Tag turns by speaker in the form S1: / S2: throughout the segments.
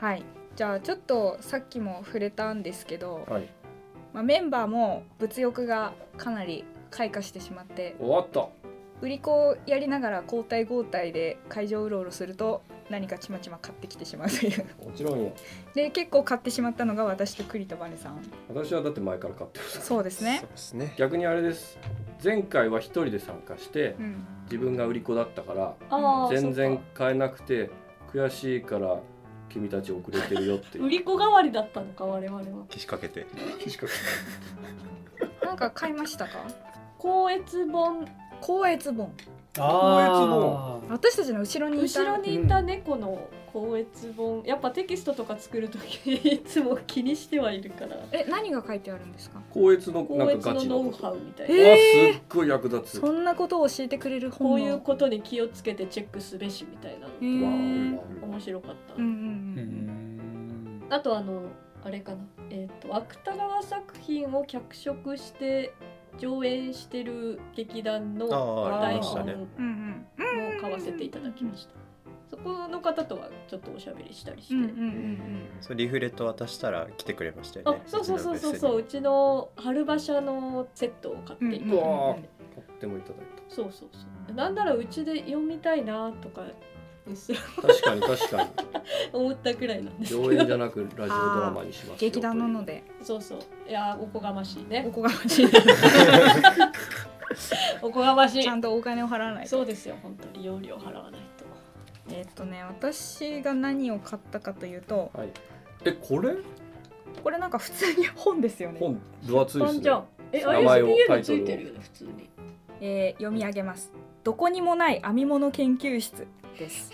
S1: はいじゃあちょっとさっきも触れたんですけど、
S2: はい
S1: まあ、メンバーも物欲がかなり開花してしまって
S2: おっと
S1: 売り子をやりながら交代交代で会場うろうろすると何かちまちま買ってきてしまうという
S2: もちろんよ
S1: で結構買ってしまったのが私と栗とバネさん
S2: 私はだって前から買ってます
S1: そうですね
S3: そうですね。
S2: 逆にあれです前回は一人で参加して
S1: うん
S2: 自分が売り子だったから
S4: ああ
S2: 全
S4: そう
S2: 然
S4: か
S2: 買えなくて悔しいから君たち遅れてるよって
S4: 売り子代わりだったのか我々は
S3: けしかけて。
S1: なんか買いましたか
S4: 高越本
S1: 高越本
S5: あー
S1: 私たちの後ろにいた
S4: 後ろにいた猫の高越本やっぱテキストとか作る時 いつも気にしてはいるから
S1: え何が書いてあるんですか
S2: 高越のな
S4: 高
S2: ん
S4: 越
S2: かガ
S4: の
S2: チ
S4: ノ
S2: の
S4: ウ
S2: こと
S4: ハウみたい
S1: えー
S4: な
S2: うわすっごい役立つ
S1: そんなことを教えてくれる本
S4: こ
S1: の
S4: ういうことに気をつけてチェックすべしみたいなの
S1: へー
S2: わあ
S4: 面白かった、
S1: うんうん
S5: う
S1: うんん
S4: あとあのあれかなえっ、と芥川作品を脚色して上演してる劇団の
S3: あ
S2: ーあり
S4: 台
S2: ました
S4: 本
S3: ね
S4: も
S1: うんうん
S4: 買わせていただきました、そこの方とはちょっとおしゃべりしたりして、
S1: うんうんうんう
S3: うんそうリフレット渡したら来てくれましたよ
S4: あ
S3: ね。
S4: そうそうそうそうそうう
S3: 別
S4: ちの春馬車のセットを買っていただいて、
S1: うん
S2: うわ買ってもいただい
S4: そうそうそうなんならうちで読みたいなとかうっす ら
S2: た確かに確かに
S4: 思ったくらいなんですけど
S2: 上演じゃなくラジオドラマにしますよ
S1: 劇団なので
S4: そうそういやーおこがましい
S1: お
S4: ね
S1: こがましい
S4: おこがましい
S1: ちゃんとお金を払わないと
S4: そうですよ本当利用料払わないと
S1: えーっとね私が何を買ったかというと
S2: はいえこれ
S1: これなんか普通に本ですよね、
S2: 本分厚いです
S4: 本じ
S2: ね
S4: ゃんえ
S2: 名前を
S4: ISBN
S2: タイ
S4: につ
S2: トルを
S4: いてるよね普通に
S1: えー読み上げますどこにもない編み物研究室です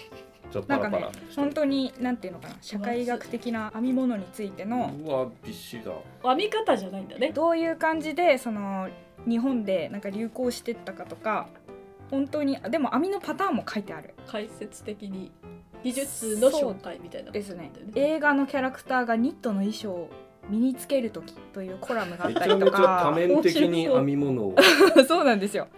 S2: ちょっと
S1: な
S2: パ
S1: んか
S2: ラパ
S1: ね
S2: ラ
S1: 本当になんていうのかな社会学的な編み物についての
S2: うわびっしりだ
S4: 編み方じゃないんだね
S1: どういう感じでその日本でなんか流行してったかとか本当にでも網のパターンも書いてある
S4: 解説的に技術の紹介みたいなこと
S1: ですね
S4: なんだよ
S1: 映画のキャラクターがニットの衣装を身につける時というコラムがあっ
S2: め
S1: た
S2: ちゃ
S1: り
S2: め
S1: と
S2: ちゃ多
S1: か
S2: 面的に編み物を
S1: そうなんですよ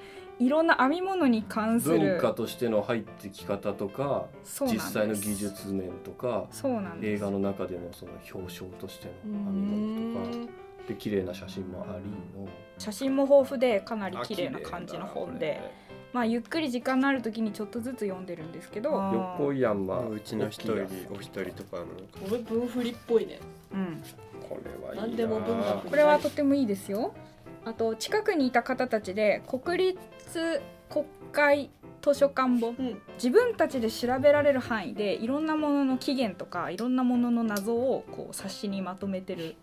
S1: いろんな編み物に関す
S2: 文
S1: る
S2: 化としての入ってき方とか
S1: そうなん
S2: 実
S1: です
S2: 際の技術面とか
S1: そうなんで
S2: 映
S1: す
S2: 画の中でのその表彰としての
S4: うー
S2: 編み物とか
S4: ん
S2: で綺麗な写真もありの
S1: 写真も豊富でかなり綺麗な感じの本で、まあ、ゆっくり時間のある時にちょっとずつ読んでるんですけど
S2: あー横
S3: ま
S2: 山
S3: あうちの一人
S2: 沖
S3: お一人とかの
S4: これ文振りっぽいね
S1: うん、
S2: これはいいな
S4: 何でも文学
S1: これはとてもいいですよあと近くにいた方たちで国立国会図書館本
S4: うん
S1: 自分たちで調べられる範囲でいろんなものの起源とかいろんなものの謎をこう冊子にまとめてる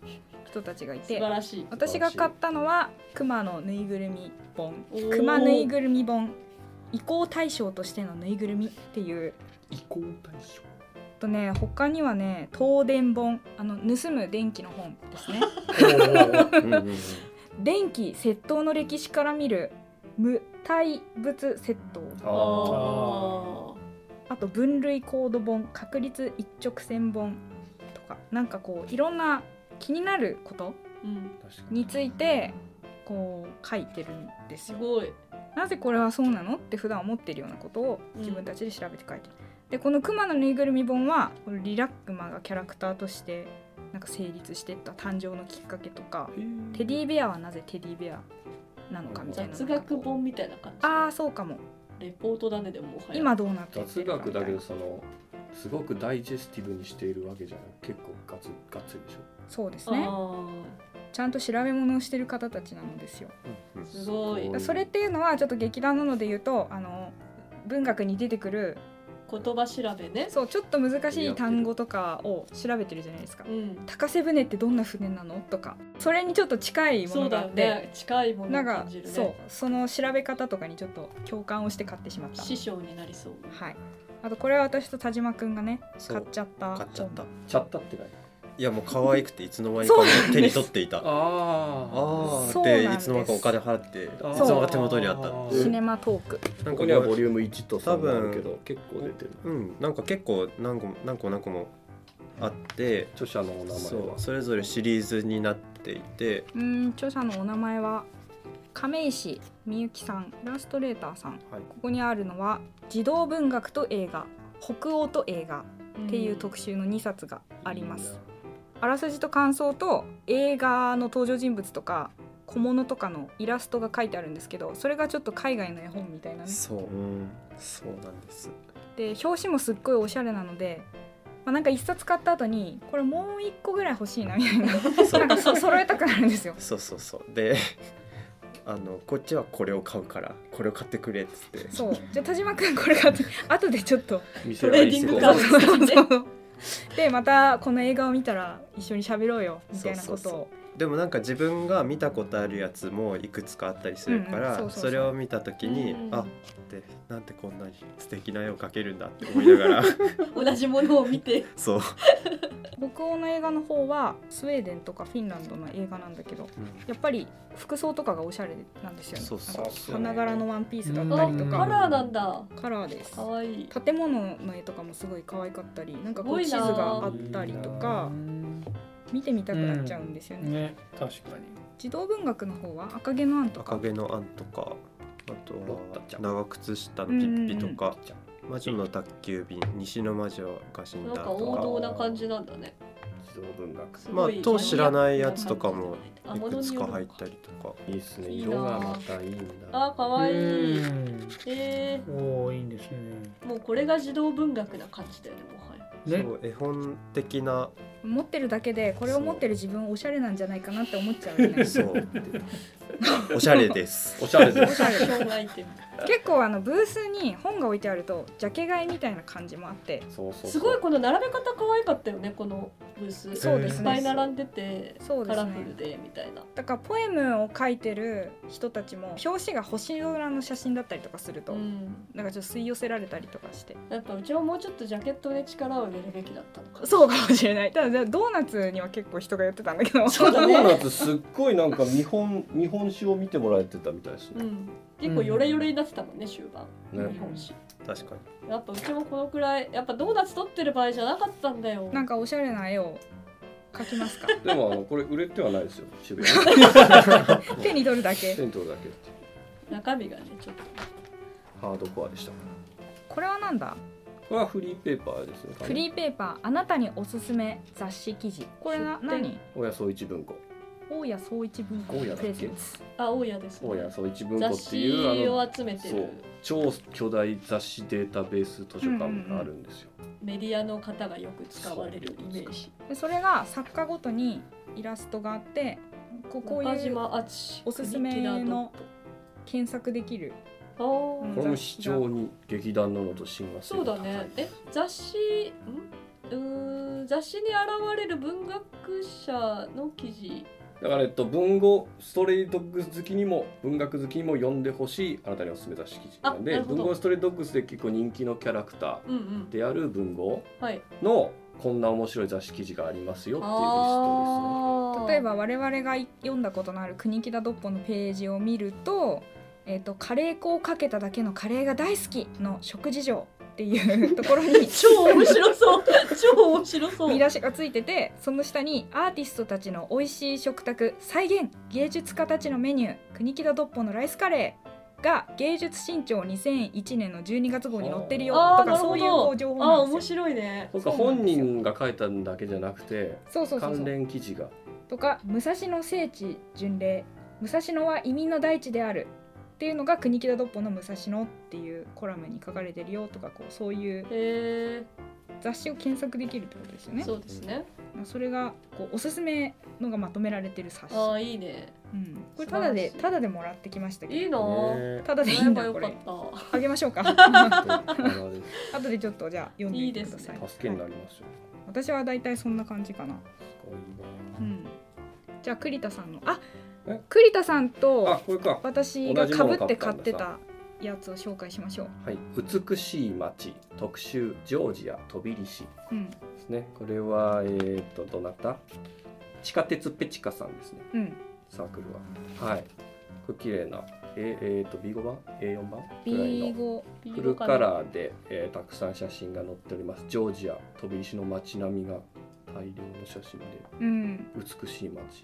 S1: 人たちがい
S4: 素晴
S1: て
S4: らしい
S1: 私が買ったのは熊のぬいぐるみ本
S4: おー
S1: 熊ぬいぐるみ本移行対象としてのぬいぐるみっていう
S2: 移行対象
S1: あとね他にはね東電本あの盗む電気の本です ね
S2: うんうんうん
S1: 電気窃盗の歴史から見る無体物窃盗
S2: あ
S4: あ
S1: あと分類コード本確率一直線本とかなんかこういろんな気になること
S4: ーうん
S2: ー確か
S1: についてこう書いてるんです
S4: す
S1: よ。
S4: ごい
S1: なぜこれはそうなのって普段思ってるようなことを自分たちで調べて書いてる。でこの「熊のぬいぐるみ本は」このリラックマがキャラクターとしてなんか成立してった誕生のきっかけとか
S2: に
S1: テディベアはなぜテディベアなのかみたいな
S4: 雑学本みたいな感じ
S1: ああそうかも
S4: レポートだねでももはや
S1: 今どうなってる
S2: 雑学だけどそのすごくダイジェスティブにしているわけじゃない結構ガツガツリでし
S1: そうです
S4: あ
S1: ね
S4: ー
S1: ちゃんと調べ物をしてる方たちなのですよ
S3: うん
S4: すごい
S2: すご
S4: 言
S2: い
S1: それっていうのはちょっと劇団なので言うとあの文学に出てくる
S4: 葉調べね
S1: そうちょっと難しい単語とかを調べてるじゃないですか
S4: うん
S1: 高瀬船ってどんな船なのとかそれにちょっと近いも
S4: そ
S1: の
S4: う
S1: があ
S4: だ
S1: っ
S4: よ
S1: て、
S4: ね近いもの
S1: な
S4: を
S1: んか
S4: 感、じるね
S1: そうその調べ方とかにちょっと共感をして買ってしまった
S4: 師匠になりそう
S1: はいあとこれは私と田島くんがね
S3: そ
S1: 買
S3: う
S1: っちゃった
S3: 買っちゃった。
S2: ょちゃったってない
S3: いやもう可愛くていつの間にか
S1: そうなんです
S3: 手に取っていた。あ
S2: あ
S3: あ
S1: そう
S3: ー
S1: なん
S3: で
S1: で
S3: い
S1: す
S3: つの間にかお金払っていつ
S2: あ
S3: の間にか手元にあった。
S1: シネマトーク
S3: な
S2: こ
S3: ん
S2: こ
S3: か
S2: にはボ
S3: リ
S2: リューム1と3があるけど結構出てる
S3: うんなんか結構何個も何個も何個もあって。
S2: 著者のお名前
S3: そ
S2: は
S3: うそれぞれシリーズになっていて
S1: うーん著者のお名前は亀石みゆきさんイラストレーターさん
S2: はい
S1: ここにあるのは児童文学と映画北欧と映画
S4: う
S1: っていう特集の2冊があります。あらすじと感想と映画の登場人物とか小物とかのイラストが書いてあるんですけどそれがちょっと海外の絵本みたいなね
S3: そう、うん、そうなんです。
S1: で表紙もすっごいおしゃれなので、まあ、なんか一冊買った後にこれもう一個ぐらい欲しいなみたいな なんかそ揃えたくなるんですよ
S3: そうそうそう。で、あのこっちはこれを買うから、これを買ってくれっつって。
S1: そうじゃあ田島君これ買って後でちょっと
S2: 見せ
S4: ト
S2: ら
S4: レ
S2: れ
S4: ーディングカ
S2: か
S4: ードですね
S1: そうでまたこの映画を見たら一緒に喋ろうよみたいなことを
S3: そうそうでもなんか自分が見たことあるやつもいくつかあったりするから、
S1: うんうんそうそうそう
S3: れを見た時に、
S4: うん
S3: あってなんてこんなに素敵な絵を描けるんだって思いながら
S4: 同じものを見て
S3: そう、
S1: 北欧の映画の方はスウェーデンとかフィンランドの映画なんだけどやっぱり服装とかがおしゃれなんですよね
S3: そうそう
S1: なんか花柄のワンピースだった
S4: あ
S1: りと
S4: カ
S1: か
S4: ラーなんだ
S1: カラーです
S4: 可愛い
S1: 建物の絵とかもすごい可愛かったりなんかこ
S4: 多
S1: う
S4: い
S1: 地図
S4: なあ
S1: があったりとか見てみたくなっちゃうんですよね、
S5: ね確かに
S1: 児童文学の方は赤毛のアンと
S3: 赤
S1: か
S3: 毛のアンとかあと
S2: ロッタちゃ
S3: は
S2: ん
S3: 長靴下のピッピと
S2: あ
S3: か、魔女の宅急便西の魔女が死ん
S4: な
S3: だ
S4: ん
S3: と
S4: か
S3: か
S4: 王道な感じなんだね
S2: 児童文学
S4: すごい
S3: まあ当知らないやつとかもいくつか入った
S4: り
S3: りとか
S2: いいっすね
S4: いいな
S2: 色がまたいいんだ
S4: あ可愛いいえ
S5: おおいいんですね
S4: ー、もうこれが児童文学な感じだよねもはや
S5: ね
S3: そう絵本的な
S1: 持ってるだけでこれを持ってる自分おしゃれなんじゃないかなって思っちゃうよね
S3: そう おしゃれです
S2: おしゃれ
S1: お
S2: で
S1: し
S2: す
S1: ゃれ
S4: 障害点
S1: 結構あのブースに本が置いてあるとジャケ買いみたいな感じもあって
S2: そうそうそう
S4: すごいこの並べ方可愛かったよねこのブース
S1: そうですね
S4: いっぱい並んでて
S1: そうで
S4: カ
S1: す
S4: ラフ
S1: ね
S4: ルでみたいな
S1: だからポエムを書いてる人たちも表紙が星空の写真だったりとかすると、
S4: うん
S1: なんかちょっと吸い寄せられたりとかして
S4: やっぱうちはもうちょっとジャケットで力を入れるべきだったのか
S1: そうかもしれないただドーナツには結構人が寄ってたんだけど
S4: そうだ
S2: ドー
S4: ね
S2: ナツすっごいなんか見本見本史を見てもらえてたみたいです
S4: う
S2: ね。
S4: ん結構ヨレヨレになってたもんね終盤
S2: ね
S4: 日本史
S3: 確かに
S4: やっぱうちもこのくらいやっぱドーナツ取ってる場合じゃなかったんだよ
S1: なんかおしゃれな絵を描き ますか
S2: でもあのこれ売れてはないですよ。渋谷。
S1: 手に取るだけ
S2: 銭湯だけっていう
S4: 中身がねちょっと
S2: ハードコアでした。
S1: これはなんだ
S2: これはフリーペーパーですね。
S1: フリーペーパーあなたにおすすめ雑誌記事これな
S4: 出店
S1: 何
S2: 大谷総一文庫。
S1: 大谷総一文庫
S2: 大谷だっ
S1: プ
S2: け
S1: レゼンツ
S4: あ大家です、
S2: 大
S4: ね
S2: 谷、総一文庫
S4: 雑
S2: って
S4: 誌
S2: いうあの
S4: を集めて
S2: そう
S4: る
S2: 超巨大雑誌データベース図書館があるんですよ。
S4: メディアの方がよく使われるイメージ
S1: でそれが作家ごとにイラストがあってここう
S4: 中
S1: いう
S4: 島敦
S1: おすすめの検索できる
S4: あー
S1: うん
S2: これも非常に劇団なのと親和性
S4: そう
S2: が
S4: だ
S2: 高い。
S4: ねえ雑誌んうーん雑誌に現れる文学者の記事
S2: だからえっと文豪ストレイドッグス好きにも文学好きにも読んでほしいあなたにおすすめ雑誌記事なん
S4: あな
S2: で
S4: るほど
S2: 文豪ストレイドッグスで結構人気のキャラクタ
S4: うんうん
S2: ーである文豪
S4: はい
S2: のこんな面白い雑誌記事がありますよっていうリスト
S4: ああ
S1: 例えば我々が読んだことのある国木田独歩のページを見ると「えっとカレー粉をかけただけのカレーが大好き」の食事情っていうとこ ろに
S4: 超面白そう 超面白そう
S1: 見出しがついててその下に「アーティストたちの美味しい食卓再現芸術家たちのメニュー国木田独歩のライスカレー」が芸術新潮2001年の12月号に載ってるよ
S4: あ
S1: と
S4: ー
S1: かそういうこう情報
S4: あー
S1: なんで
S4: 面
S1: すよ。
S4: 白いね
S2: ですね。なんか本人が書いたんだけじゃなくて
S1: そうそうそうそ
S2: 関
S1: う
S2: 連記事が
S1: とか武蔵野聖地巡礼武蔵野は移民の大地であるっていうのが国木田独歩の武蔵野っていうコラムに書かれてるよとかこうそういう
S4: へ
S1: 雑誌を検索できるってことですよ
S4: え
S1: ね
S4: そうですね
S1: それがこうおすすめのがまとめられてる冊
S4: あ
S1: 子、
S4: あいいね
S1: うん、これただで
S4: 素晴らしい
S1: ただでもらってきましたけ
S4: いいな
S1: どただでいい
S4: 買え
S1: ん
S4: ば
S1: だ
S4: よ
S1: こ
S4: かっ
S1: れ
S4: た
S1: あげましょうか 後でちょっとじゃあ読んで
S4: い
S1: み
S4: い
S1: て
S4: で
S1: く
S4: す
S1: だ
S4: ね
S1: さい
S2: 助けになりますよ。
S1: はい私は大体そんな感じかな、う
S2: す
S1: ん、じゃあ栗田さんのあ
S2: え
S1: 栗田さん
S2: ごい
S1: と
S2: なあこれか。
S1: 私がかぶって買ってたやつを紹介しましょう。
S2: はい美しい街特集ジョージア飛び石
S1: うん
S2: ですね。これはえー、とどなた？地下鉄ペチカさんですね。
S1: うん、
S2: サークルは。はい。これ綺麗な。ええー、と B5 版 A4 版ぐらい
S1: B
S2: の
S1: 語
S2: フルカラーで、えーたくさん写真が載っておりますジョージア飛び石の街並みが大量の写真で
S1: うん、
S2: 美しい街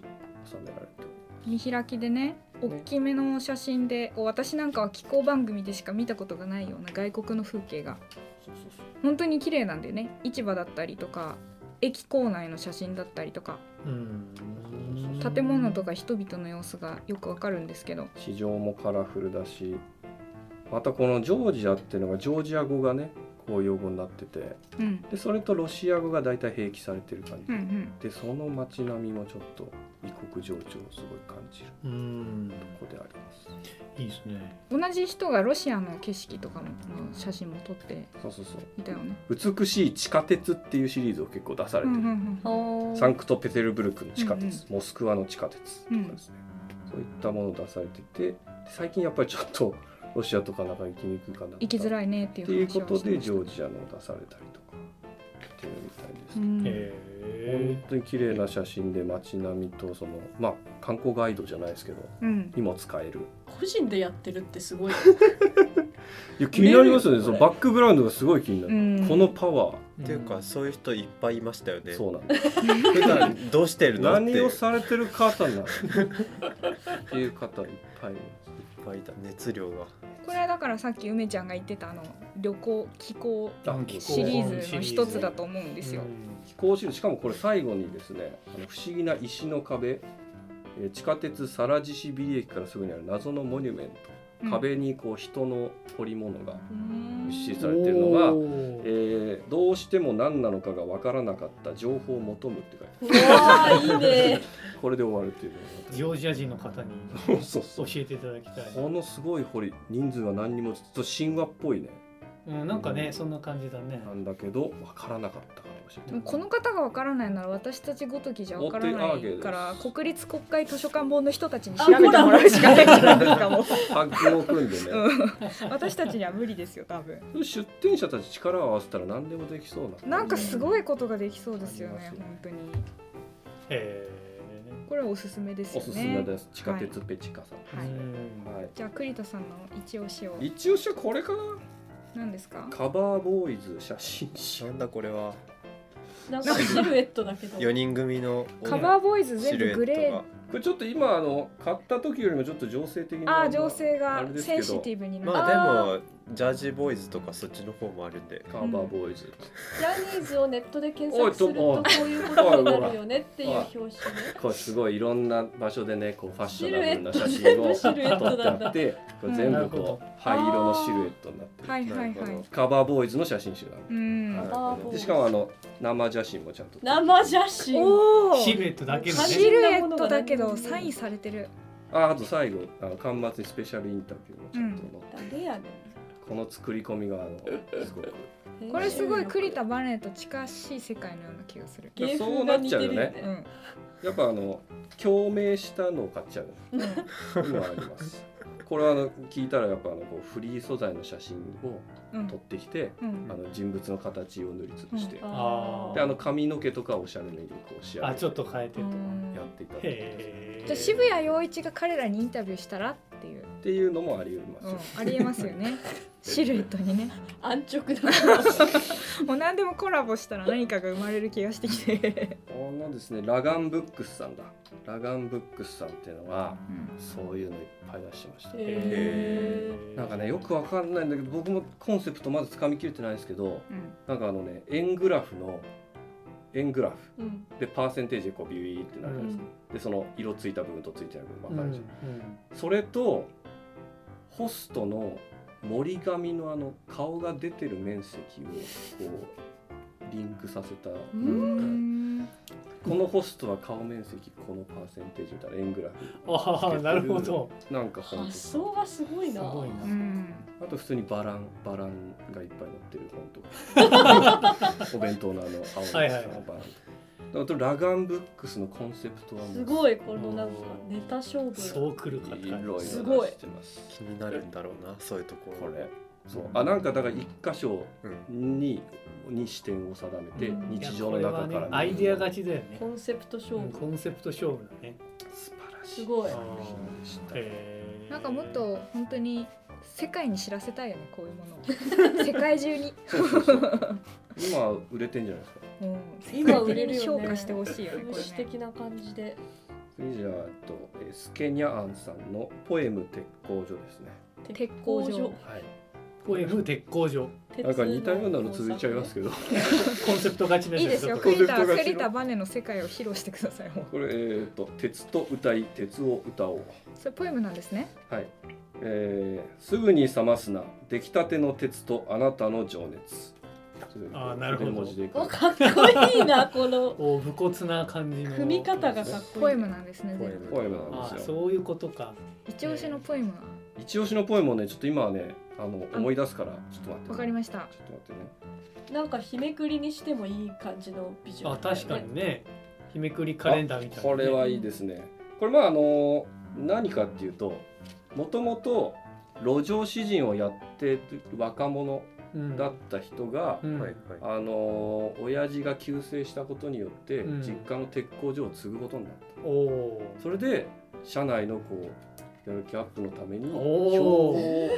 S2: 収められており
S1: 見開きでね大きめの写真でこう私なんかは気候番組でしか見たことがないような外国の風景が
S2: ますそうそう
S1: 本当に綺麗なんだよね市場だったりとか駅構内の写真だったりとか
S5: うん
S1: 建物とか人々の様子がよくわかるんですけど
S2: 市場もカラフルだしまたこのジョージアっていうのがジョージア語がね公用語になってて
S1: うん
S2: でそれとロシア語が大体併記されてる感
S1: う
S2: じ、
S1: んうん
S2: でその街並みもちょっと異国情緒をすごい感じる
S5: うん
S2: とこであります
S5: いいですね
S1: 同じ人がロシアの景色とかの写真も撮って
S2: そうそうそう
S1: いたよね。
S2: 美しい地下鉄っていうシリーズを結構出され
S1: う
S2: て
S1: ん
S2: る、
S1: うんうん
S4: あー
S2: サンクトペテルブルクの地下鉄、モスクワの地下鉄とかですね、そういったものを出されてて最近やっぱりちょっとロシアとかなんか行きにくいかな
S1: 行きづ
S2: い
S1: らいねってい
S2: っ
S1: う
S2: ていう
S1: 話
S2: こ
S1: をしてま
S2: と
S1: した
S2: でジョージアの出されたりとかしてるみたいです、
S1: うん
S5: へ
S2: 本当に綺麗な写真で街並みとそのまあ観光ガイドじゃないですけど
S1: うん
S2: にも使える
S4: 個人でやってるってす ごい。
S2: いや気になりますよ
S4: 見れる
S2: ねそのバックグラウンドがすごい気になる、
S1: うん
S2: このパワー、
S5: え
S3: っていうかそういう人いっぱいいましたよね
S2: そうなんです
S3: 普段どうしてるのって
S2: 何
S3: い
S2: を
S3: っ
S2: されてる方なのっていう方いっぱいいます
S3: ぱいいた熱量が
S1: これはだからさっき梅ちゃんが言ってたあの旅行気候
S2: あ
S1: シリーズの一つだと思うんですよ。
S2: 飛行シリーズしかもこれ最後にですねあの不思議な石の壁えー地下鉄サラジシビリ駅からすぐにある謎のモニュメン
S1: うん
S2: ト壁にこう人の彫り物が、
S1: うん
S2: 牛されてるのが
S5: お
S2: え
S5: ー
S2: ーどうしても何なのかが分からなかった情報を求むって書いてあ
S4: うわあいいね。
S2: るこれで終わるっていう
S5: ジョージア人の方に
S2: のが そうそ
S5: 教
S2: う
S5: えていただきたい、
S2: このすごい彫り人数が何にもちょっと神話っぽいね
S5: うん、なんかねそんな感じだね
S2: なんだけど分からなかったかもしれ
S1: で
S2: な
S1: も
S2: い
S1: この方がわからないなら私たちごときじゃわからな
S2: お手上げ
S1: い
S2: で
S1: から
S2: す
S1: 国立国会図書館本の人たちに調べてもらうしかないんじゃないかも、
S2: タッグを組んでね、
S1: うん、私たちには無理ですよ多分
S2: 出店者たち力を合わせたら何でもできそうな
S1: なんかすごいことができそうですよね本当に
S5: へ
S1: これはおすすめです
S2: お
S1: よね
S2: すすめです地下鉄ペチカさん、
S1: は
S5: え、う
S1: い、
S5: ん
S2: はい
S1: じゃあ栗田さんの一押しを
S2: 一押しはこれかな
S1: 何ですか
S2: カバーボーイズ写真集
S3: なんだこれは
S4: なんかシルエットだけど。
S3: 4人組の
S1: カバーボーイズ全部グレー
S2: これちょっと今あの買った時よりもちょっと情勢的な
S1: ああ情勢
S2: あ
S1: が
S2: れですけ
S1: セン
S2: ど
S1: シティブにな
S3: ま
S1: って
S3: あでもジャージーボーイズとかそっちの方もあるんで
S2: カバーボーイズ、
S4: ジャニーズをネットで検索するとこういうことになるよねっていう表紙ね。
S2: これすごいいろんな場所でねこうファッショナブルな写
S4: シルエ
S2: 真を
S4: ット全部シルエッ
S2: 撮
S4: ト
S2: ってあ
S4: なんだ
S2: ってこれ全部こう灰色のシルエットになってる
S1: はいはい
S3: な
S1: は
S3: るほ
S1: い
S3: ど
S2: カバーボーイズの写真集なん
S1: う
S2: で,、
S1: ん
S4: カバーボーイ
S2: で
S4: ズ
S2: しかもあの生写真もちゃんと
S4: 生写真。
S1: おお
S5: シルエットだけの
S4: 感
S1: シ
S5: ね
S4: じ
S1: ルエットだけどサインされてる
S2: ああと最後あの端末にスペシャルインタビューもちゃんと載って
S4: 誰やね
S2: この作り込みがあのすごく
S4: ん。
S1: これすごい栗田バネと近しい世界のような気がする
S4: 芸風が似てるよ
S1: う
S4: ね。
S1: ん
S2: やっぱあの共鳴したのを買っちゃう
S1: うん
S2: のはあります これはあの聞いたらやっぱあのこうフリー素材の写真を
S1: うん
S2: 撮ってきて、
S1: うん
S2: あの人物の形を塗りつぶして、
S5: ん
S4: あー
S2: であの髪の毛とかをおしゃれめにこう仕上
S5: あ
S2: げて
S5: ちょっと変えてと
S2: やっていただく
S5: へえ
S1: じゃあ渋谷陽一が彼らにインタビューしたらっていう、
S2: っていうのもあり得ます
S1: う
S2: よ、
S1: ん、ありえますよねシルエットにね
S4: 安直だな。
S1: もう何でもコラボしたら何かが生まれる気がしてきて、
S2: このですねラガンブックスさんだラガンブックスさんっていうのは
S1: うん
S2: そういうのいっぱい出してました、
S4: へー
S2: なんかねよくわかんないんだけど僕もコンセプトまだつかみきれてないんですけど
S1: うん
S2: なんかあのね円グラフの円グラフ
S4: うん。
S2: でパーセンテージでこうビューってなるじゃないですか、
S4: う
S2: でその色ついた部分とついてない部分
S5: う
S2: 分かれ
S5: んうん
S2: るじゃん、それとホストの森紙のあの顔が出てる面積をこうリンクさせた
S1: うん
S2: このホストは顔面積このパーセンテージみたいな円グラ
S5: ああなるほど
S2: フなんか本
S4: 発
S2: とか
S4: 想がすごいな。
S5: すごいな
S1: うん
S2: あと普通にバランバランがいっぱい載ってる本とかお弁当のあの青いやつとか
S5: はいはいはい
S2: バランとかあとラガンブックスのコンセプトはもう
S4: すごいこのなんかネタ勝負。
S5: そうくるかって
S2: いろい
S5: 感
S2: ろ出
S5: じ
S4: すごい
S2: してます
S3: 気になるんだろうなそういうところ
S2: これそうあなんかだから一箇所
S3: うん
S2: にに視点を定めて
S4: うん
S2: 日常の中
S5: い
S2: か
S5: やこれは
S2: ら
S5: ね、アイデア勝ちだよね
S4: コ、ンセプト勝
S5: うん
S4: 負。
S5: コンセプト勝負だね
S2: 素晴らしい
S4: すごい
S2: 作品でした
S5: へえ
S1: なんかもっと本当に世界に知らせたいよねこういうものを世界中に、
S2: そうそうそう 今売れてんじゃないですか
S1: うん、世
S4: 今
S1: 界
S4: 売れ
S1: 的
S4: る
S1: に
S4: よ
S1: 評
S4: ね
S1: 価してほしいよねこ
S4: 無視
S1: れね
S4: 的な感じで。
S2: 次じゃあ、えっと、えースケニャアンさんの「ポエム鉄工所」ですね
S1: 鉄工所
S2: はい
S5: OF 鉄工所
S4: 鉄
S2: なんか似たようなの続いちゃいますけど
S5: コンセプト勝ちない
S1: いですよ
S5: これ
S1: 栗田
S2: コンセプトが違う
S1: 栗田バネの世界を披露してくださいもう
S2: これえーっと「鉄と歌い鉄を歌おう」
S1: それポエムなんですね
S2: はい、えーすぐに冷ますな出来たての鉄とあなたの情熱
S5: あーなるほど
S2: 筆文字でいく
S4: おかっこいいなこの
S5: こう武骨な感じの
S4: 組み方がかっこ
S1: ポ
S4: い
S1: エ
S4: い
S1: ムなんですね全部
S2: ポエムなん
S5: あ
S2: ですよ
S5: そういうことか
S1: 一押しのポエムは
S2: 一押しのポエムをねちょっと今はねあの
S1: あ
S2: 思い出すからちょっと待って、ね、
S1: わかりました
S2: ちょっと待ってね
S4: なんか日めくりにしてもいい感じのビジュア
S5: あ
S4: ルだよね
S5: 確かにね日めくりカレンダーみたいな、ね、
S2: これはいいですねこれまああの何かっていうともともと路上詩人をやってる若者
S5: うん
S2: だった人が、
S5: うん
S3: はいは
S2: あの親父が急逝したことによって
S5: うん
S2: 実家の鉄工所を継ぐことになった、
S5: おお
S2: それで社内のこうやる気アップのために標
S5: おー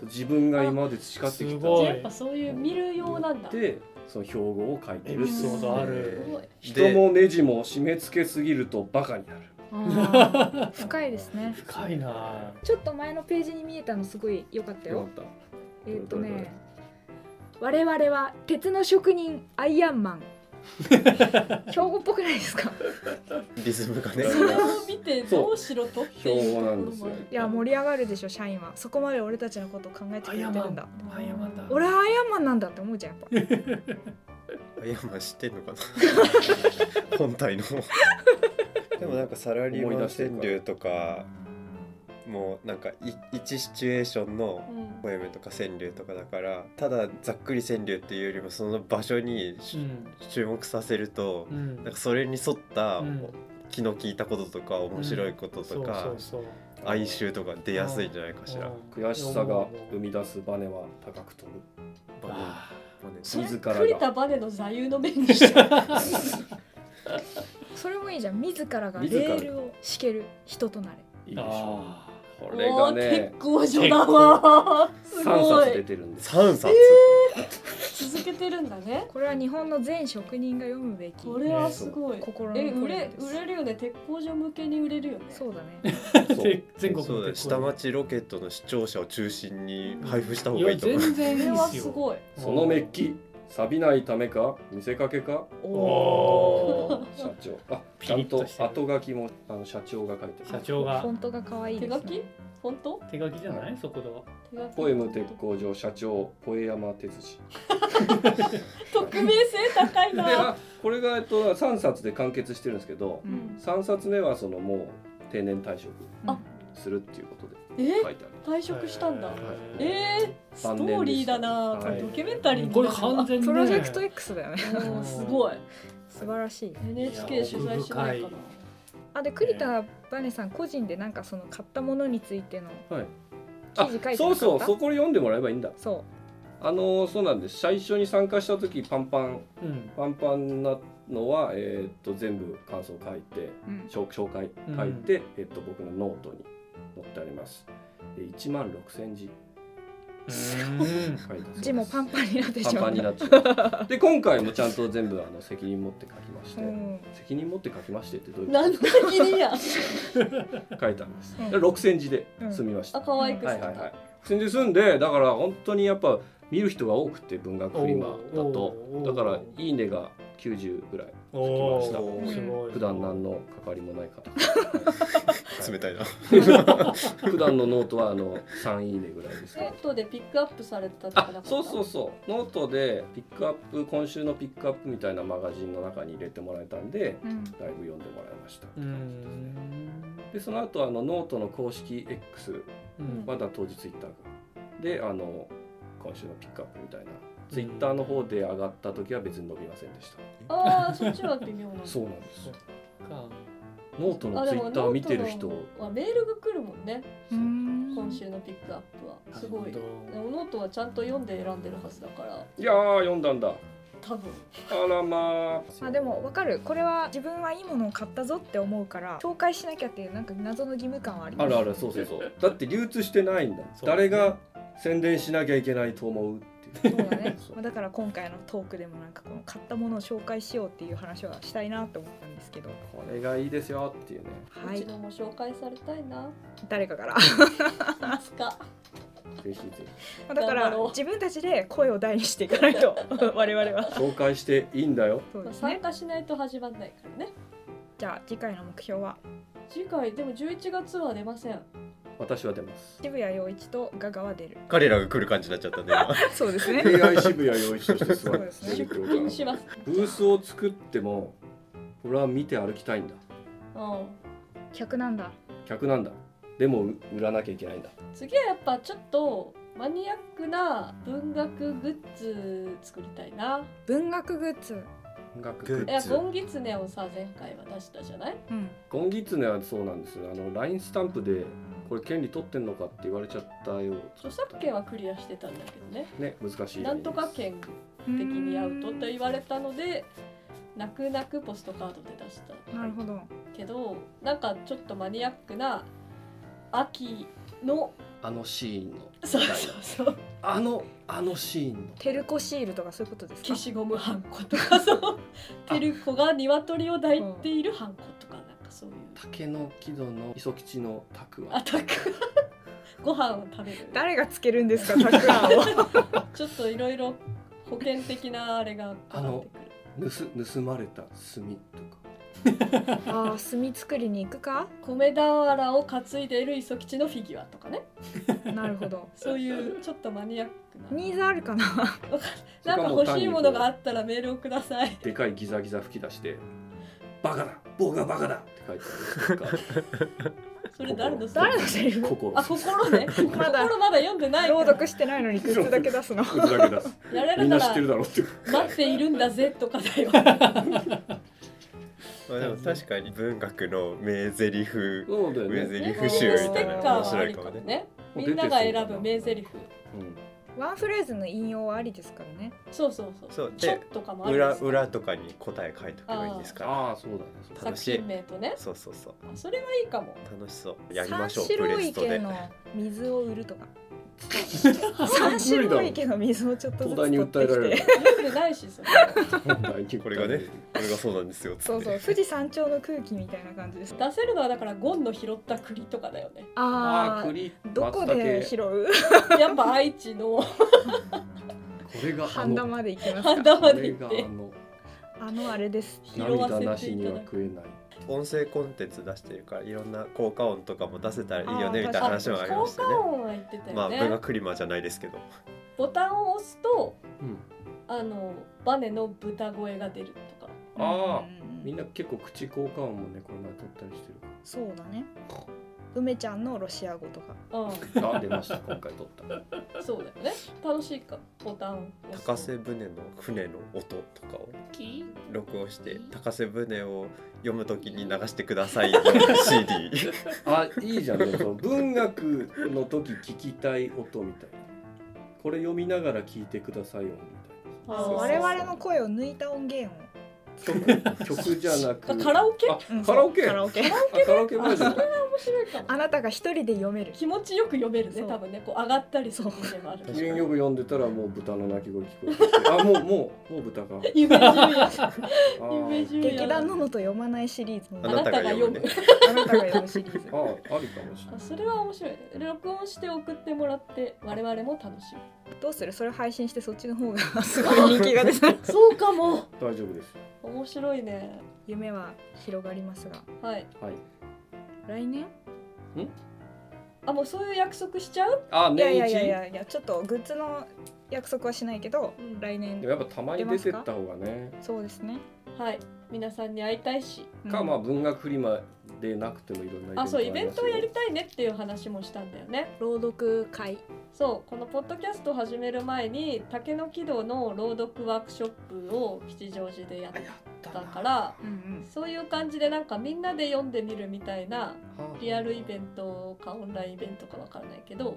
S2: 高を自分が今まで培ってき
S5: すご
S4: や
S5: い
S2: た
S4: っぱそういう見る用なんだ
S2: でその標語を書いて
S5: エ
S2: る
S5: ピソードあ
S4: す
S5: る
S4: ごい
S3: い。
S2: 人
S3: で、
S2: もネジも締め付けすぎるとバカになる
S1: あー深いですね
S5: 深いな
S1: ちょっと前のページに見えたのすごい良かったよ
S2: よかっ
S1: えーっと
S2: どれどれ
S1: ね我々は鉄の職人アイアンマン標語っぽくないですか
S3: リズムがね。
S4: それを見てどうしろとっていうところ
S2: そう標語
S4: もある
S2: なんですよ
S1: いや盛り上がるでしょ社員はそこまで俺たちのことを考えてくれてるんだ
S5: アイアンマンだ
S1: 俺はアイアンマンなんだって思うじゃんやっぱ
S3: アイアンマン知ってんの かな本体のでもなんかサラリーマン川柳とかもうなんかい一シチュエーションの
S4: うん
S3: ポエムとか川柳とかだからただざっくり川柳っていうよりもその場所にし
S5: うん
S3: 注目させると
S5: う、ん
S3: なんかそれに沿った、
S5: うん
S3: 気の利いたこととか面白いこと
S5: そ
S3: と
S5: う
S3: か、
S5: そうそう
S2: た
S3: 哀愁とか出やすいんじゃないかしら。
S2: 悔しさが生み出すバネは高く飛ぶ
S3: バネ
S5: あ
S3: バネ
S4: それ
S2: 自らが
S4: 栗田バネの座右の銘にしたい
S1: それもいいじゃん自らがレ
S2: 自ら
S1: ールを敷ける人となれ
S2: いいでしょ
S5: あ
S2: う これがね
S4: おー鉄工所だわーす
S2: 3
S4: ご
S2: 冊出
S4: い
S2: てるんです
S3: 三冊、
S4: 続けてるんだね
S1: これは日本の全職人が読むべき
S4: これはすごい
S1: 心の
S4: え
S1: 声
S4: 売れ
S1: です
S4: 売れるよね鉄工所向けに売れるよね
S1: そうだね
S2: そ
S5: ー
S2: う
S5: ぜ 全国
S3: そうだ
S5: の
S3: よ
S5: 鉄工
S3: 下
S5: 所
S3: 町ロケットの視聴者を中心に配布した方
S5: い
S3: が
S5: や
S3: いいと思う
S5: 全然
S4: これ
S5: いい
S4: は
S5: っす
S4: す
S5: よ
S4: ごい
S2: そのメッキ錆びないためか見せかけ か
S1: お
S5: お
S2: 社長あ
S5: ピ
S2: ちゃ
S5: リ
S2: ん
S5: ッと
S2: と
S5: してる
S2: 後書きもあの社長が書いてる
S5: 社長が
S1: フォントが可愛い
S4: 手
S1: です、
S4: 書
S1: ね、
S4: き本当
S5: 手書きじゃないそこだ
S4: 手書き
S2: ポエム鉄工所社長ポエ山哲司
S4: 匿名性高い
S2: で
S4: な
S2: あこれが、えっと、3冊で完結してるんですけど
S1: う
S4: うんん
S2: 3冊目はそのもう定年退職
S1: うん
S4: あ
S2: するっていう ことで
S4: え
S2: 書いてある
S4: 退職したんだ
S5: はい
S4: えー、ストーリーだなこ
S2: は
S4: れ
S2: い
S4: ドキュメンタリーに
S5: これ完全にね
S1: プロジェクト X だよね
S4: もうすごい
S1: 素晴らしい
S4: NHK 取材しないかな
S1: あで栗田バネさん個人でなんかその買ったものについての
S2: はい
S1: 記
S2: あ
S1: 事書いてなかった
S2: そうそうそこ読んでもらえばいいんだ
S1: そう
S2: あのそうなんです最初に参加した時パンパン
S5: うん
S2: パンパンなのは、えーっと全部感想書いて
S1: うん
S2: 紹紹介書いて、えっと僕のノートに載ってあります。で1万6,000字
S5: うん
S2: 書いてます
S1: 字もパンパンになって
S2: パン
S1: しま
S2: パ
S1: う
S2: ンになっちゃう。で今回もちゃんと全部あの責任持って書きまして、
S1: うん
S2: 責任持って書きましてってどういうこ
S4: 何の責任や
S2: と書いたんです。
S1: うん
S2: で6,000字で済みました。
S4: あ可愛く
S2: は
S4: し
S2: い
S4: て
S2: はいはい
S4: た。
S2: 6,000字済んでだから本当にやっぱ見る人が多くて文学フリマだと
S5: おー
S2: だからいいねが90ぐらい
S5: お
S2: 書きました
S5: おすごい
S2: 普段何の関わりもない方。はい
S3: 冷たいな
S2: 普段のノートはあの3いいねぐらいですけ
S4: セ
S2: ど
S4: ッ。トでピックアップされたとかなか
S2: あ
S4: った
S2: そうそうそうノートでピックアップ今週のピックアップみたいなマガジンの中に入れてもらえたんで
S1: うん
S2: だいぶ読んでもらいました
S5: うん
S2: でその後あのノートの公式 X
S5: うん
S2: まだ当日ツイッターであの今週のピックアップみたいなツイッターの方で上がった時は別に伸びませんでした、
S4: ああそっちは微妙なんだ
S2: そうなんです
S5: か
S2: ノートのツイッター見てる人
S4: あでもノートはメールが来るもんね
S1: うん
S4: 今週のピックアップはすごい
S5: な
S4: で
S5: るほ
S4: もノートはちゃんと読んで選んでるはずだから
S2: いやー読んだんだ
S4: 多分
S2: あらまあ
S1: あでもわかるこれは自分はいいものを買ったぞって思うから紹介しなきゃっていうなんか謎の義務感はあり
S2: あ
S1: ます
S2: るあるそうそうそうだって流通してないんだ、
S5: そう
S2: 誰が宣伝しなきゃいけないと思うっていう
S1: そうだね
S2: そう
S1: まあだから今回のトークでもなんかこの買ったものを紹介しようっていう話はしたいなと思ったんですけど
S2: これがいいですよっていうね
S1: は
S4: う
S1: い
S4: ちのも紹介されたいな
S1: 誰かから
S4: いつか
S2: ぜひぜひ
S1: まあだか
S4: 頑
S1: ら
S4: 張ろう
S1: 自分たちで声を大にしていかないと我々は
S2: 紹介していいんだよ
S1: そうで
S4: まあ
S1: すね
S4: 参加しないと始まんないからね
S1: じゃあ次回の目標は
S4: 次回でも11月は出ません
S2: 私は出ます
S1: 渋谷陽一とガガは出る
S3: 彼らが来る感じになっちゃったね。
S1: そうです ね
S2: AI 渋谷陽一として座
S1: そう
S2: る
S1: ですね
S2: 出てくるか
S4: 禁
S2: ら
S4: します
S2: ブースを作っても俺は見て歩きたいんだ
S4: う
S1: 100なんだ
S2: 客なんだでもう売らなきゃいけないんだ
S4: ん次はやっぱちょっとマニアックな文学グッズ作りたいな
S1: 文学グッズ
S2: 音楽
S3: グッ
S4: い
S3: ズ
S4: やゴンギツネをさ前回は出したじゃない
S1: うん
S2: ゴンギツネはそうなんですよあの LINE スタンプでこれ権利取ってんのかって言われちゃったよ
S4: 著作権はクリアしてたんだけどね
S2: ね難しい
S4: なんとか権
S1: 的
S4: 的にアウトと言われたので泣く泣くポストカードで出した
S1: なるほど
S4: けどなんかちょっとマニアックな秋の
S2: あのシーンの
S4: そうそうそう
S2: あのあのシーンの
S1: テルコシールとかそういうことですか
S4: 消しゴムはんことかそうてる子が鶏を抱いているはんことかなんかそういう
S2: 竹の木戸の磯吉のたく
S4: ア
S2: は
S4: タック ご飯を食べる
S1: 誰がつけるんです かたくあんを
S4: ちょっといろいろ保険的なあれがかかってくる
S2: 盗盗まれた炭とか
S1: ああ炭作りに行く か
S4: 米俵を担いでいる磯吉のフィギュアとかね
S1: なるほど
S4: そういうちょっとマニアックな
S1: ニーズあるかな
S4: なんか
S2: それ
S4: 欲
S2: も単
S4: し
S2: に
S4: い
S2: こう
S4: ものがあったらメールをください。
S2: でかいギザギザ吹き出して「バカだ僕がバカだ!」って書いてある とか
S4: それ誰のせい
S1: 誰のセリ フ
S2: 心
S4: あ、心ね。
S1: まだ
S4: 心まだ読んでないから。
S1: 朗読してないのに靴だけ出すの
S2: 口だけ出す
S4: やれ
S2: みん
S4: るな
S2: な
S4: ら
S2: 知ってるだろうって
S4: 待っているんだぜとかだよ。
S3: まあでも確かに文学の名台詞
S2: そうだよ
S3: 名
S2: ね、
S3: 台詞集みたいなの面
S4: ステッカーはあ
S3: 白
S4: り
S3: いか
S4: か
S3: も
S4: も
S3: ね。
S4: ね。みんなが選ぶ名台詞。
S2: う ん、
S1: ワンフレーズの引用はありですからね
S4: そうそうそう。
S3: そう
S4: ちょっ
S3: で
S4: とかもあるん
S3: 裏
S4: ですよ
S3: 裏とかに答え書いとけばいいんですから。
S2: ああそうだねそうだね
S4: 作品名とね。
S3: そうそうそう
S4: あそれはいいかも。
S3: 楽しそう。やりましょう
S1: 三
S3: プ
S1: 白
S3: レスト
S1: 池
S3: で。
S1: の水を売るとか三白池の水をちょっとず
S2: 東
S1: つ
S2: 大に
S1: 取
S2: 訴えら
S1: っ
S2: れ
S1: てき
S2: る
S1: て
S4: 読んでないしそれ。
S3: これがねこれがそうなんですよ。つって
S1: そうそう富士山頂の空気みたいな感じです
S4: 出せるのはだからゴンの拾った栗とかだよね。
S2: あ
S1: あ
S2: あ
S1: ー
S2: 栗
S1: どこで拾う
S4: やっぱ愛知の
S2: 松茸これが あ
S1: 半田
S2: の
S1: まで行きます
S4: 半
S1: か
S4: 田
S2: こ
S4: まで
S2: れ
S4: 行
S2: があ
S4: って
S2: の
S1: あのあれです
S4: 拾わ
S2: 涙な
S4: せて
S2: し
S4: い
S2: に
S4: た
S2: は
S4: だく。
S2: 食えない
S3: 音声コンテンツ出してるからいろんな効果音とかも出せたらいいよね
S1: あー
S3: みたいな話もありま
S4: 効
S3: した
S4: 果
S3: よね。
S4: 音は言って
S3: ま
S4: たよ
S3: あ
S4: ね。
S3: 文学クリマじゃないですけど。
S4: ボタンを押すと
S2: うん
S4: あのバネの豚声が出るとか
S2: ああ
S1: うんうんうん
S2: みんな結構口効果音もねこの前撮ったりしてる
S1: そうだね梅ちゃんのロシア語とか
S4: う
S2: あ出ました今回撮った
S4: んそうだよね楽しいかボタンを押すと
S3: 高瀬船の船の音とかを録音して高瀬船を読むときに流してくださいの CD
S2: あいいじゃんでもその文学の時聞きたい音みたいなこれ読みながら聞いてくださいよみた
S4: あ
S2: い
S4: ー
S2: な
S1: 我々の声を抜いた音源を
S2: 曲曲じゃなく
S4: あカラオケ
S2: あ
S1: うん
S2: カラオケ
S1: カラオケ
S2: あカラオケバー
S4: あ
S2: ジ
S4: そ
S2: ョ
S4: れ
S2: ン
S4: は面白いかも
S1: あなたが一人で読める
S4: 気持ちよく読めるね
S1: そう
S4: 多分ねこう上がったりする時もある
S3: 確かに
S2: よく読んでたらもう豚の鳴き声聞こえてきてあもうもうもう豚 が
S4: 夢中や
S2: あ
S4: 夢
S2: ー
S4: 中や
S1: 劇団ののと読まないシリーズの
S3: あ
S4: あ
S3: なた
S4: な
S3: が
S4: たが
S3: 読
S4: 読
S3: む
S4: む
S3: ね
S1: あなたが読むシリーズ
S2: あーありかもしれ
S4: あ
S2: ない
S4: それは面白いね録音して送ってもらって我々も楽しむ
S1: どうするそれ配信してそっちの方がすごい人気が 出た
S4: そうかも
S2: 大丈夫です
S4: 面白いね
S1: 夢は広がります が
S4: はい
S2: はい
S1: 来年
S4: あもうそういう約束しちゃう
S2: あ
S1: いやい
S2: 年
S1: やい
S2: 一
S1: やい
S2: で
S1: やいやちょっとグッズの約束はしないけど、
S4: うん
S1: 来年
S2: もやっぱたまに出てった方がね
S1: そうですね、
S4: はい皆さんに会いたいし
S1: うん
S2: かまあ文学フリマでなくてもいろんな
S4: あそうイベントをやり
S2: た
S4: たいねっていう話もしたんだよね
S1: 朗読会
S4: そうこのポッドキャストを始める前に竹の木戸の朗読ワークショップを吉祥寺でやっ
S2: やった
S4: た
S2: な
S4: から
S1: うんうん
S4: そういう感じでなんかみんなで読んでみるみたいなリアルイベントかオンラインイベントかわかんないけど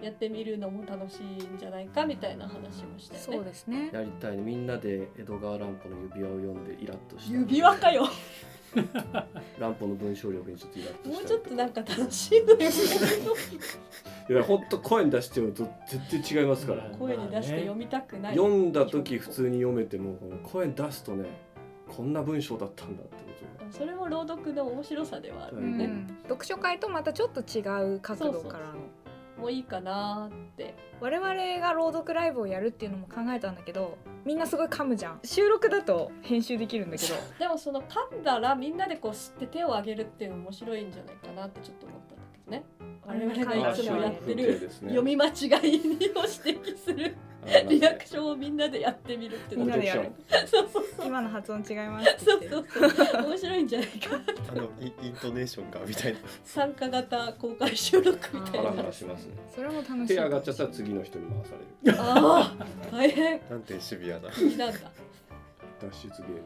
S4: やってみるのも楽しいんじゃないかみたいな話もした
S1: そう
S4: よね。
S1: ですね
S2: やりたいねみんなで江戸川乱歩の指輪を読んでイラッとした
S4: 指輪かよ
S2: 乱歩の文章力にちょっとイラッと
S4: も
S2: し
S4: う
S2: た
S4: ちょっとなんか楽しいのよ
S2: いやほんと声に出して読むと絶対違いますから、
S4: 声に出して読みたくない
S2: 読んだ時普通に読めてもこの声に出すとねこんな文章だったんだってことが
S4: それも朗読の面白さではある
S1: う
S4: よね、
S1: ん、読書会とまたちょっと違う角度からの
S4: もういいかなって
S1: 我々が朗読ライブをやるっていうのも考えたんだけどみんなすごい噛むじゃん 収録だと編集できるんだけ ど
S4: でもその噛んだらみんなでこう吸って手を挙げるっていうの面白いんじゃないかなってちょっと思ったんだけどね
S1: あ
S4: 我
S1: れは
S4: 々がいつもやって
S2: あー
S4: る
S2: ですね
S4: 読み間違いを指摘する
S2: あーなん
S4: リア
S2: で
S4: クションをみんなでやってみるって
S1: みんなでや
S2: オ
S1: る
S2: ブ
S4: そうそうそう
S1: 今の発音違いますって言
S4: そ
S1: っ
S4: う
S1: て
S4: そうそう面白いんじゃないか
S3: あのイイントネーションがみたいな
S4: 参加型公開収録みた
S2: ハ
S4: いな
S2: ラハラしますね
S1: それも楽しい
S2: 手上がっちゃったら次の人に回される
S4: ああ大変
S3: なんてシビアな
S4: なんだ
S2: 脱出ゲーム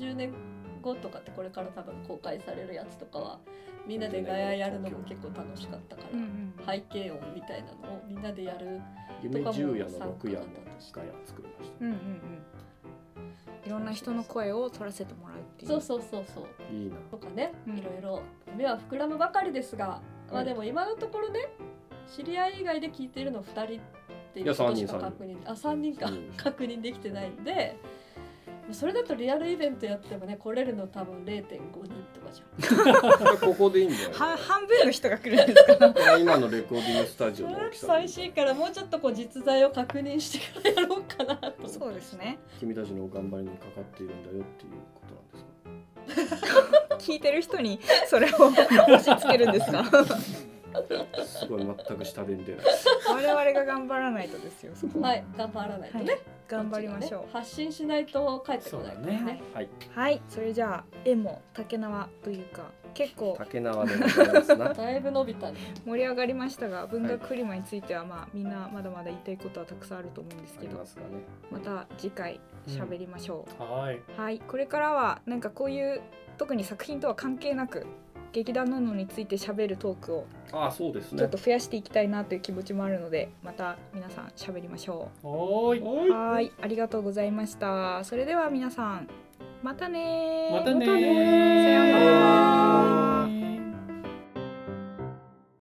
S4: 30年後とかってこれから多分公開されるやつとかはみんなでガヤやるのも結構楽しかったから、
S1: うんうん
S4: 背景音みたいなのをみんなでやる
S2: 夢十夜の六夜のガヤ作りまし
S1: うんうんうんいろんな人の声を取らせてもらうっていう
S4: そうそうそうそう
S2: たいいな
S4: とかね、
S1: うん
S4: いろいろ夢は膨らむばかりですが、まあでも今のところね知り合い以外で聞いてるの2人っていうことし
S2: い
S4: か
S2: や
S4: 確認あ3人か
S2: 三人
S4: 確認できてないんでそれだとリアルイベントやってもね来れるの多分0.5人とかじゃん
S2: ここでいいんだよね
S1: は半分の人が来るんです か
S2: この今のレコーディングスタジオの大きさ
S4: 寂しいからもうちょっとこう実在を確認してからやろうかなと
S1: そうですね
S2: 君たちの頑張りにかかっているんだよっていうことなんですか
S1: 聞いてる人にそれ を押し付けるんですか
S2: すごい全く下で出ない。
S1: 我々が頑張らないとですよそこは
S4: はい頑張らないとね、
S1: はい頑張りましょ
S4: こっちがね発信しないと帰ってこないからね
S5: そうだ
S2: はい。
S1: うはいそれじゃあ絵も竹縄というか結構
S2: 竹縄でございますな。
S4: だいぶ伸びたね
S1: 盛り上がりましたが文学フリマについてはまあみんなまだまだ言いたいことはたくさんあると思うんです
S2: あ
S1: け
S2: り
S1: ど
S2: ますかね。
S1: また次回喋りましょう、
S5: はい。
S1: はいこれからはなんかこういう特に作品とは関係なく劇団ののについて喋るトークを
S2: ああ、そうです
S1: ちょ
S2: ね
S1: っと。増やしていきたいなという気持ちもあるのでまた皆さん喋りましょ
S5: はーい。
S1: うはいありがとうございましたそれでは皆さんまたねー
S5: またね
S1: さような
S5: ー。
S1: ら